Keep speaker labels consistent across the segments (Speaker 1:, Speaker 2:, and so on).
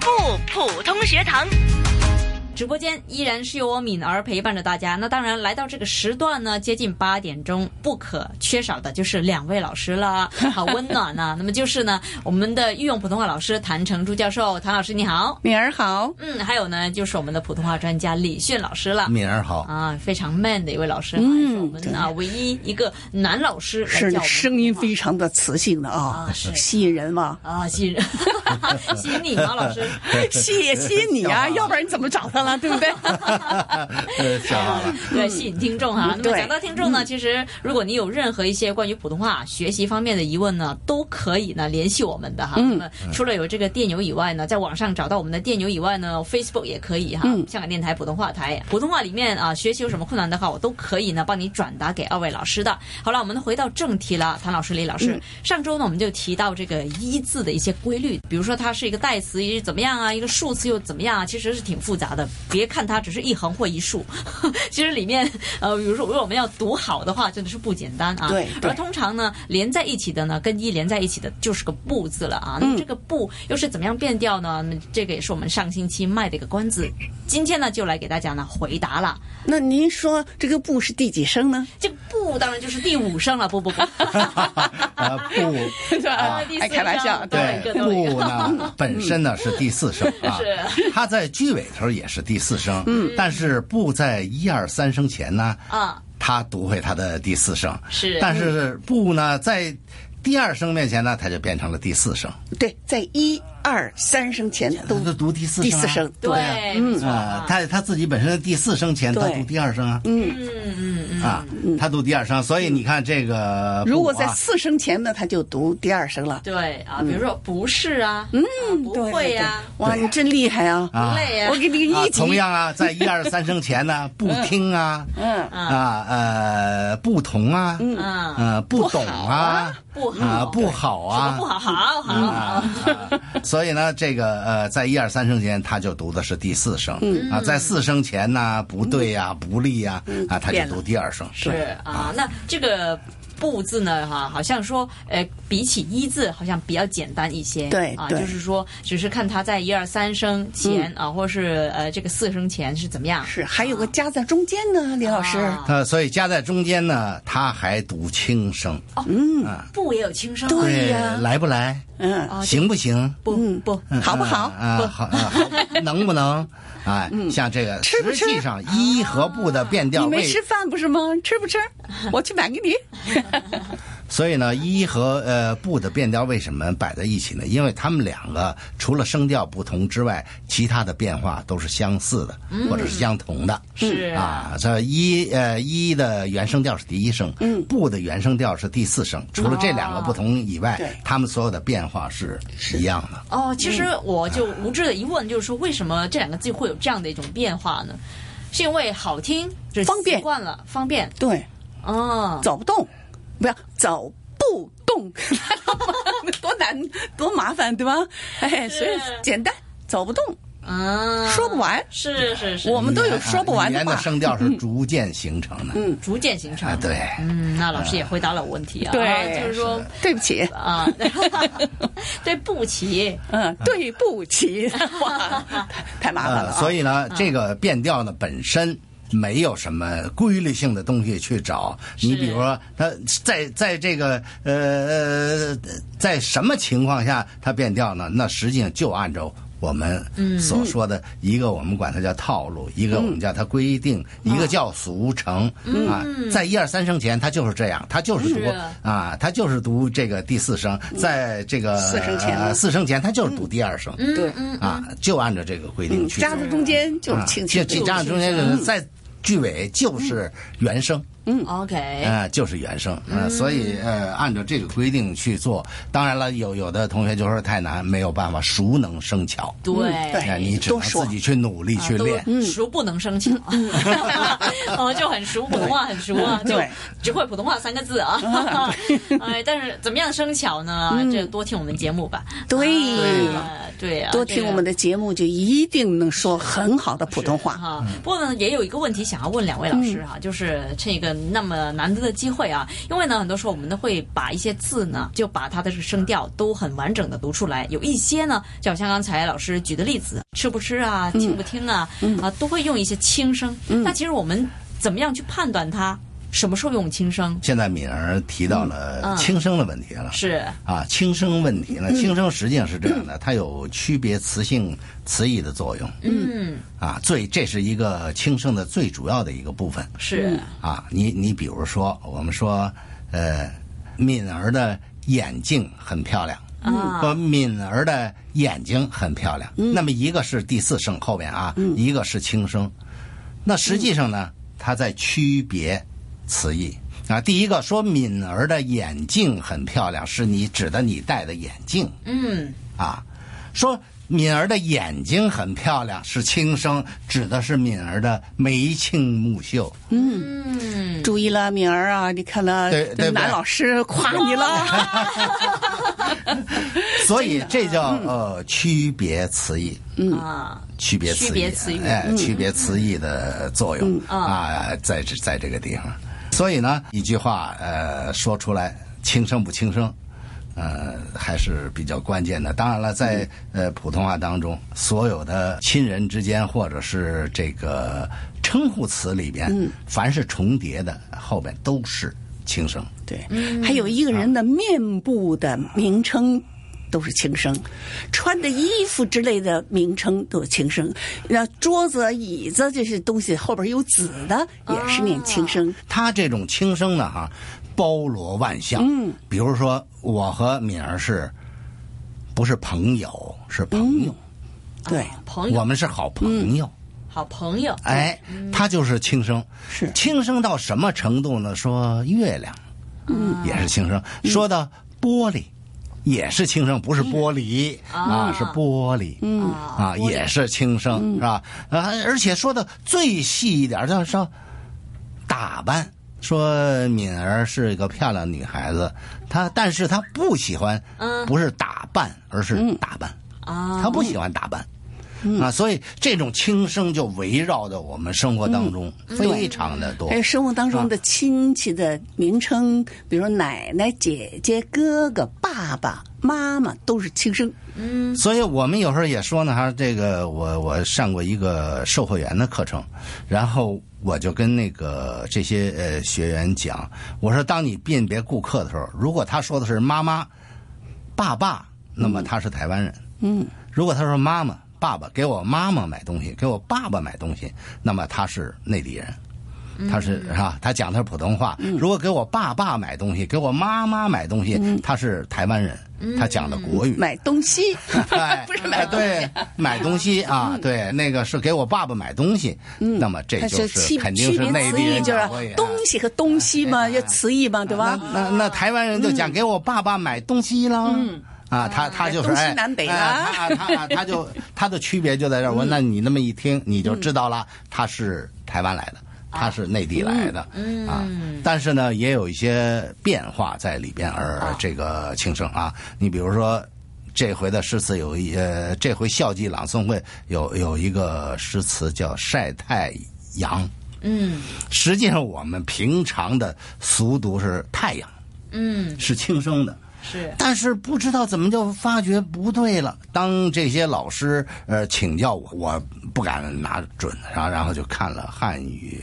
Speaker 1: 普通学堂。
Speaker 2: 直播间依然是由我敏儿陪伴着大家。那当然，来到这个时段呢，接近八点钟，不可缺少的就是两位老师了，好温暖呐、那么就是呢，我们的御用普通话老师谭成珠教授，谭老师你好。
Speaker 3: 敏儿好，
Speaker 2: 嗯，还有呢，就是我们的普通话专家李迅老师 了。
Speaker 4: 敏儿好，
Speaker 2: 啊，非常 man 的一位老师，
Speaker 3: 嗯
Speaker 2: 还是我们啊唯一一个男老师来
Speaker 3: 是
Speaker 2: 教我们
Speaker 3: 声音非常的磁性的啊
Speaker 2: 啊，是。
Speaker 3: 吸引人嘛
Speaker 2: 啊吸引 人，吸引你吗，老师？
Speaker 3: 吸也吸引你啊， 要不然你怎么找他了，对不对？
Speaker 4: 呃，想好了，
Speaker 2: 对，吸引听众哈。那么
Speaker 3: 对
Speaker 2: 讲到听众呢，其实如果你有任何一些关于普通话学习方面的疑问呢，都可以呢联系我们的哈。那么除了有这个电邮以外呢，在网上找到我们的电邮以外呢，Facebook 也可以哈，香港电台普通话台，普通话里面啊学习有什么困难的话，我都可以呢帮你转达给二位老师的。好了，我们回到正题了，谭老师、李老
Speaker 3: 嗯
Speaker 2: 师，上周呢我们就提到这个“一”字的一些规律，比如说它是一个代词又怎么样啊，一个数词又怎么样啊，其实是挺复杂的。别看它只是一横或一竖， 其实里面呃，比如说如果我们要读好的话，真的是不简单啊。
Speaker 3: 对对
Speaker 2: 而通常呢，连在一起的呢，跟“一”连在一起的就是个“不”字了啊。那
Speaker 3: 嗯
Speaker 2: 么这个“不”又是怎么样变调呢？那么这个也是我们上星期卖的一个关子，今天呢就来给大家呢回答了。
Speaker 3: 那您说这个布是第几声呢？
Speaker 2: 这个“不”当然就是第五声了，不不不。
Speaker 4: 啊， 不，啊
Speaker 2: 第四
Speaker 3: 哎开玩
Speaker 2: 张
Speaker 3: 笑
Speaker 2: 多了一
Speaker 4: 对
Speaker 2: 个，多了一
Speaker 4: 不
Speaker 2: 个。
Speaker 4: 呢，本身呢是第四声啊，
Speaker 2: 是
Speaker 4: 它在句尾头也是第四声，嗯，但是不在一二三声前呢，
Speaker 2: 啊，
Speaker 4: 它读会它的第四声，
Speaker 2: 是
Speaker 4: 但是不呢在第二声面前呢，它就变成了第四声，
Speaker 3: 对，在一二三声前都
Speaker 4: 它读第四
Speaker 3: 第
Speaker 4: 啊
Speaker 3: 四声，
Speaker 2: 对，
Speaker 4: 啊
Speaker 3: 嗯
Speaker 2: 没错
Speaker 4: 啊
Speaker 2: 啊，
Speaker 4: 它它自己本身的第四声前，它
Speaker 3: 对
Speaker 4: 读第二声啊，
Speaker 2: 嗯嗯嗯，
Speaker 4: 啊，它读第二声，所以你看这个，
Speaker 3: 如果在
Speaker 4: 不啊
Speaker 3: 四声前呢，他就读第二声了。
Speaker 2: 对啊，比如说不是啊，嗯，不
Speaker 3: 对
Speaker 2: 会
Speaker 3: 对对
Speaker 2: 呀，
Speaker 3: 哇，
Speaker 4: 对
Speaker 3: 你真厉害啊！
Speaker 2: 不
Speaker 4: 啊
Speaker 2: 累呀
Speaker 3: 我，给你个
Speaker 4: 啊
Speaker 3: 一，级，
Speaker 4: 同样啊，在一二三声 前呢，不听啊，
Speaker 3: 嗯，
Speaker 4: 啊呃，不同啊，
Speaker 2: 嗯，
Speaker 4: 呃，不懂啊，
Speaker 2: 不好
Speaker 4: 啊，不好
Speaker 2: 什么
Speaker 4: 啊
Speaker 2: 不，好，好好好，
Speaker 4: 啊，所以呢，这个呃，在一二三声前，他就读的是第四声，啊，在四声前呢，不对呀，不利呀，啊，他就
Speaker 3: 变了
Speaker 4: 读第二声，
Speaker 2: 是啊，那这个。不字呢，哈，好像说，呃，比起一字，好像比较简单一些。
Speaker 3: 对
Speaker 2: 啊，
Speaker 3: 对嗯
Speaker 2: 就是说，只是看它在一二三声前、啊，或是呃这个四声前是怎么样。
Speaker 3: 是还有个夹在中间呢，李老师。
Speaker 2: 啊
Speaker 4: 呃，所以夹在中间呢，他还读轻声，哎
Speaker 2: 不也有轻声啊，
Speaker 3: 对呀
Speaker 4: 来不来，
Speaker 3: 嗯，
Speaker 2: 啊
Speaker 4: 行不行？
Speaker 2: 不不，
Speaker 3: 好不好
Speaker 4: 啊，啊好，啊好能不能？哎，像这个，
Speaker 3: 吃不吃
Speaker 4: 实际上一和不的变调
Speaker 3: 你没
Speaker 4: 为，
Speaker 3: 吃饭不是吗？吃 不吃？我去买给你。
Speaker 4: 所以呢，一和呃不的变调为什么摆在一起呢？因为它们两个除了声调不同之外，其他的变化都是相似的，
Speaker 3: 嗯
Speaker 4: 或者是相同的。
Speaker 2: 是啊
Speaker 4: 啊，这一呃一的原声调是第一声，嗯，不的原声调是第四声。除了这两个不同以外
Speaker 3: 啊对，
Speaker 4: 它们所有的变化是一样的。
Speaker 2: 哦，其实
Speaker 3: 嗯
Speaker 2: 我就无知的一问，就是说为什么这两个字会有这样的一种变化呢？是因为好听，就是
Speaker 3: 方便
Speaker 2: 习惯了，方便，
Speaker 3: 对，
Speaker 2: 哦，
Speaker 3: 走不动，不要走不动， 多难多麻烦，对吧？哎，所以简单，走不动，
Speaker 2: 嗯，
Speaker 3: 说不完。
Speaker 2: 是是是，
Speaker 3: 我们都有说不完
Speaker 4: 语
Speaker 3: 的
Speaker 4: 啊言的
Speaker 3: 话。
Speaker 4: 声调是逐渐形成的。嗯
Speaker 2: 逐渐形成
Speaker 4: 啊，。对，
Speaker 2: 嗯，那老师也回答了我问题啊，
Speaker 3: 对
Speaker 2: 啊就是说
Speaker 3: 对不起，
Speaker 2: 啊， 对不起，
Speaker 3: 嗯，对不起，哇， 太麻烦了
Speaker 4: 呃，
Speaker 3: 啊。
Speaker 4: 所以呢，这个变调呢本身。没有什么规律性的东西去找，你比如说，它在在这个呃呃，在什么情况下它变调呢？那实际上就按照我们
Speaker 3: 嗯
Speaker 4: 所说的一个我们管它叫套路，一个我们叫它规定，
Speaker 3: 嗯
Speaker 4: 一个叫俗成啊。在一二三声前，它就是这样，它就是读
Speaker 2: 是
Speaker 4: 啊，它就是读这个第四声，在这个
Speaker 3: 四声前呢嗯
Speaker 4: 呃四声前它就是读第二声，
Speaker 2: 嗯
Speaker 3: 对，嗯
Speaker 4: 啊，就按照这个规定去
Speaker 3: 夹在中间就是
Speaker 4: 啊
Speaker 3: 轻
Speaker 4: 就
Speaker 3: 轻
Speaker 4: 紧张中间就是在句尾就是原声，
Speaker 2: 嗯，OK，
Speaker 4: 啊，就是原声，嗯，所以呃，按照这个规定去做。当然了，有有的同学就说太难，没有办法，熟能生巧，
Speaker 2: 对
Speaker 3: 对
Speaker 4: 哎你只能
Speaker 3: 多说
Speaker 4: 自己去努力去练。
Speaker 2: 啊都熟不能生巧， 哦，就很熟普通话，很熟啊，就
Speaker 3: 对
Speaker 2: 只会普通话三个字啊。 哎，但是怎么样生巧呢？这多听我们节目吧。
Speaker 3: 对，
Speaker 2: 啊对啊，
Speaker 3: 多听我们
Speaker 2: 的
Speaker 3: 的节目就一定能说很好的普通话。
Speaker 2: 哈。不过呢，也有一个问题想要问两位老师哈，就是这个那么难得的机会啊，因为呢，很多时候我们都会把一些字呢，就把它的这个声调都很完整的读出来。有一些呢，就好像刚才老师举的例子，吃不吃啊，听不听啊，啊，都会用一些轻声。那其实我们怎么样去判断它什么时候用轻声？
Speaker 4: 现在敏儿提到
Speaker 2: 嗯
Speaker 4: 了
Speaker 2: 嗯
Speaker 4: 轻声的问题了，
Speaker 2: 是嗯
Speaker 4: 啊，轻声问题呢，轻声实际上是这样的，它有区别词性、词义的作用
Speaker 2: 嗯，
Speaker 4: 啊，最这是一个轻声的最主要的一个部分
Speaker 2: 是
Speaker 4: 啊。你你比如说，我们说，呃，敏儿的眼睛很漂亮。
Speaker 2: 啊，
Speaker 4: 说敏儿的眼睛很漂亮，那么一个是第四声后面啊，一个是轻声。那实际上呢，它在区别词义啊。第一个说敏儿的眼镜很漂亮，是你指的你戴的眼镜
Speaker 2: 嗯，
Speaker 4: 啊。说敏儿的眼睛很漂亮是轻声，指的是敏儿的眉清目秀。
Speaker 2: 嗯
Speaker 3: 注意了，敏儿啊，你看了
Speaker 4: 对对不对
Speaker 3: 男老师夸你了，
Speaker 4: 所以这叫
Speaker 2: 嗯
Speaker 4: 呃区别词义。
Speaker 2: 啊，
Speaker 4: 区别词
Speaker 2: 区别词语嗯
Speaker 4: 哎，区别词义的作用、啊，在这在这个地方，所以呢，一句话呃说出来轻声不轻声，呃还是比较关键的。当然了，在
Speaker 2: 嗯
Speaker 4: 呃普通话当中，所有的亲人之间或者是这个称呼词里边，
Speaker 2: 嗯
Speaker 4: 凡是重叠的后边都是轻声。
Speaker 3: 对，
Speaker 4: 嗯
Speaker 3: 还有一个人的面部的名称。都是轻声，穿的衣服之类的名称都是轻声。那桌子、椅子这些东西后边有子的，也是念轻声。
Speaker 4: 他这种轻声呢，哈，包罗万象。嗯，比如说我和敏儿是，不是朋友，是朋友，啊
Speaker 3: 对，
Speaker 2: 嗯
Speaker 4: 哦
Speaker 2: 啊朋友嗯
Speaker 4: 我，们是好朋友。
Speaker 2: 好朋友，
Speaker 4: 哎，他就是轻声，
Speaker 3: 是
Speaker 4: 轻声到什么程度呢？说月亮，嗯，也是轻声；说到玻璃，也是轻声，不是玻璃啊，是玻璃，嗯啊，也是轻声，是吧？啊，而且说的最细一点，就是说打扮。说敏儿是一个漂亮女孩子，她但是她不喜欢，不是打扮，而是打扮。
Speaker 2: 啊，
Speaker 4: 他不喜欢打扮。啊，所以这种轻声就围绕着我们生活当中非常的多
Speaker 3: 还。有生活当中的亲戚的名称，比如说奶奶、姐姐、哥哥、爸爸妈妈，都是轻声。
Speaker 4: 所以我们有时候也说呢，哈，这个我我上过一个售货员的课程，然后我就跟那个这些呃学员讲，我说当你辨别顾客的时候，如果他说的是妈妈、爸爸，那么他是台湾人；嗯，如果他说妈妈、爸爸，给我妈妈买东西，给我爸爸买东西，那么他是内地人。他是是吧？他讲的是普通话。如果给我爸爸买东西，给我妈妈买东西，他是台湾人，他讲的国语。
Speaker 3: 买东西，
Speaker 4: 哎，
Speaker 3: 不是买东西啊嗯
Speaker 4: 对，买东西啊，对，那个是给我爸爸买东西，那么这
Speaker 3: 它
Speaker 4: 就是
Speaker 3: 区
Speaker 4: 是肯定
Speaker 3: 区
Speaker 4: 是
Speaker 3: 别
Speaker 4: 内
Speaker 3: 词
Speaker 4: 地
Speaker 3: 义，
Speaker 4: 人
Speaker 3: 就
Speaker 4: 才会
Speaker 3: 是
Speaker 4: 啊
Speaker 3: 东西和东西嘛，要词义嘛，对吧？
Speaker 4: 那那台湾人就讲给我爸爸买东西啦。啊，他他就
Speaker 3: 嗯
Speaker 4: 是
Speaker 3: 东西
Speaker 4: 哎
Speaker 3: 南北
Speaker 4: 哎
Speaker 3: 啦嗯
Speaker 4: 他他他他 就他的区别就在这儿。我那你那么一听，你就知道了，他是台湾来的，
Speaker 3: 啊
Speaker 4: 他是内地来的
Speaker 3: 嗯
Speaker 4: 啊。但是呢，也有一些变化在里边，
Speaker 3: 啊
Speaker 4: 而这个庆生啊，你比如说。这回的诗词有一呃，这回校际朗诵会有有一个诗词叫《晒太阳》，
Speaker 2: 嗯
Speaker 4: 实际上我们平常的俗读是太阳，
Speaker 2: 嗯，
Speaker 4: 是轻声的。
Speaker 2: 是
Speaker 4: 但是不知道怎么就发觉不对了。当这些老师呃请教我，我不敢拿准，然后然后就看了汉语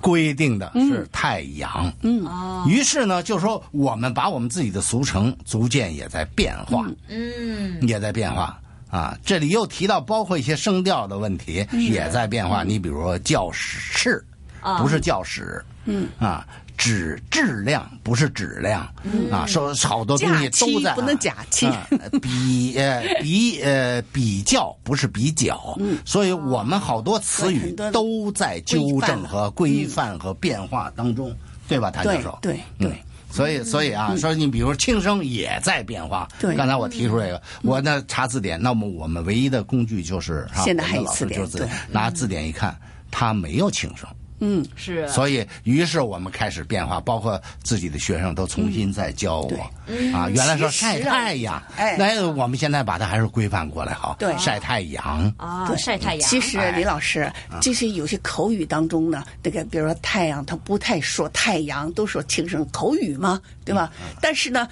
Speaker 4: 规定的
Speaker 2: 嗯
Speaker 4: 是太阳，嗯，于是呢就说我们把我们自己的俗成逐渐也在变化，
Speaker 2: 嗯
Speaker 4: 也在变化啊。这里又提到包括一些声调的问题
Speaker 3: 嗯
Speaker 4: 也在变化。你比如说教室，
Speaker 3: 啊
Speaker 4: 不是教室，嗯啊。质质量不是质量、啊，说好多东西
Speaker 3: 嗯假期
Speaker 4: 都在
Speaker 3: 不能假期
Speaker 4: 啊比呃比呃比较不是比较，
Speaker 3: 嗯
Speaker 4: 所以我们好多词
Speaker 3: 对
Speaker 4: 语
Speaker 3: 很多
Speaker 4: 都在纠正和规范和变化当中，对吧，谭教授？
Speaker 3: 对对
Speaker 4: 嗯
Speaker 3: 对
Speaker 4: 所以，所以啊，说你比如轻声也在变化。
Speaker 3: 嗯对嗯
Speaker 4: 刚才我提出这个，我那查字典，那么我们唯一的工具就是啊
Speaker 3: 现在还有
Speaker 4: 我们的老师
Speaker 3: 字典
Speaker 4: 就是
Speaker 3: 对
Speaker 4: 拿字典一看，它没有轻声，
Speaker 3: 嗯，
Speaker 2: 是，
Speaker 4: 所以，于是我们开始变化，包括自己的学生都重新在教我、啊。原来说
Speaker 3: 嗯其实
Speaker 4: 晒太阳，
Speaker 3: 哎
Speaker 4: 那我们现在把它还是规范过来好，
Speaker 3: 对
Speaker 4: 晒太阳，
Speaker 2: 啊，晒太阳，
Speaker 3: 其实李老师，这些有些口语当中呢，这个比如说太阳，他不太说太阳，都说轻声口语嘛，对吧？但是呢，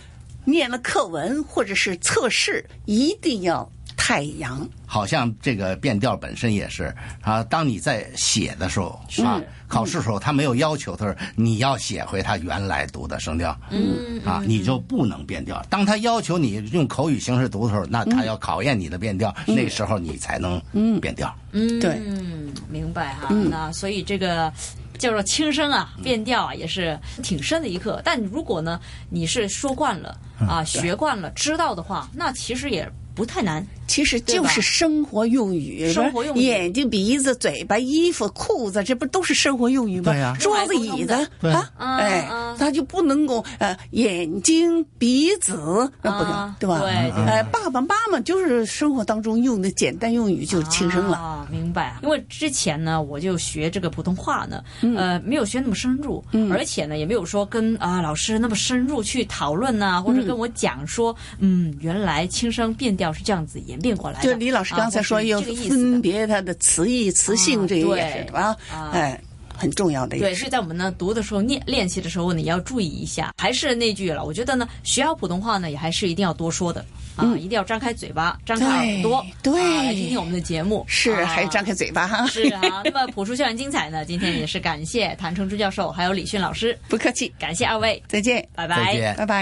Speaker 3: 念了课文或者是测试，一定要太阳。
Speaker 4: 好像这个变调本身也是啊。当你在写的时候啊，考试时候他没有要求，他说你要写回他原来读的声调，嗯啊，你就不能变调。当他要求你用口语形式读的时候，那他要考验你的变调，那时候你才能变调。
Speaker 2: 嗯，
Speaker 3: 对
Speaker 2: 嗯，明白哈。那所以这个叫做轻声啊，变调啊，也是挺深的一课。但如果呢，你是说惯了
Speaker 3: 嗯
Speaker 2: 啊，学惯了，知道的话，那其实也不太难。
Speaker 3: 其实
Speaker 2: 对
Speaker 3: 就
Speaker 2: 吧
Speaker 3: 是生活用语，
Speaker 2: 生活用语
Speaker 3: 眼睛、鼻子、嘴巴、衣服、裤子，这不都是生活用语吗？
Speaker 4: 对呀
Speaker 3: 桌子、椅子
Speaker 4: 对
Speaker 3: 啊，
Speaker 2: 嗯
Speaker 3: 哎
Speaker 2: 嗯，
Speaker 3: 他就不能够呃，眼睛、鼻子，呃不
Speaker 2: 啊
Speaker 3: 行，对吧？
Speaker 2: 对
Speaker 4: 嗯
Speaker 2: 对
Speaker 3: 哎，爸爸妈妈就是生活当中用的简单用语，就是轻声了。嗯
Speaker 2: 啊，明白。因为之前呢，我就学这个普通话呢，呃，没有学那么深入，
Speaker 3: 嗯
Speaker 2: 而且呢，也没有说跟啊、老师那么深入去讨论
Speaker 3: 嗯
Speaker 2: 呐、或者跟我讲说，嗯，原来轻声变调是这样子演变过来的。
Speaker 3: 就李老师刚才说
Speaker 2: 哎啊、
Speaker 3: 要
Speaker 2: 我是这个意思
Speaker 3: 分别它的词义、词性，这个也
Speaker 2: 对
Speaker 3: 是对吧？
Speaker 2: 啊
Speaker 3: 哎，很重要的一个
Speaker 2: 对，所以在我们呢读的时候、念练习的时候呢，也要注意一下。还是那句了，我觉得呢，学好普通话呢，也还是一定要多说的啊，一定要张开嘴巴，张开耳朵，
Speaker 3: 嗯对对
Speaker 2: 啊来听听我们的节目。
Speaker 3: 是，
Speaker 2: 啊
Speaker 3: 还是张开嘴巴哈。
Speaker 2: 是啊。那么朴树校园精彩呢，今天也是感谢谭成珠教授还有李迅老师，
Speaker 3: 不客气，
Speaker 2: 感谢二位，
Speaker 3: 再见，
Speaker 2: 拜拜。
Speaker 4: 再见。
Speaker 3: 拜拜。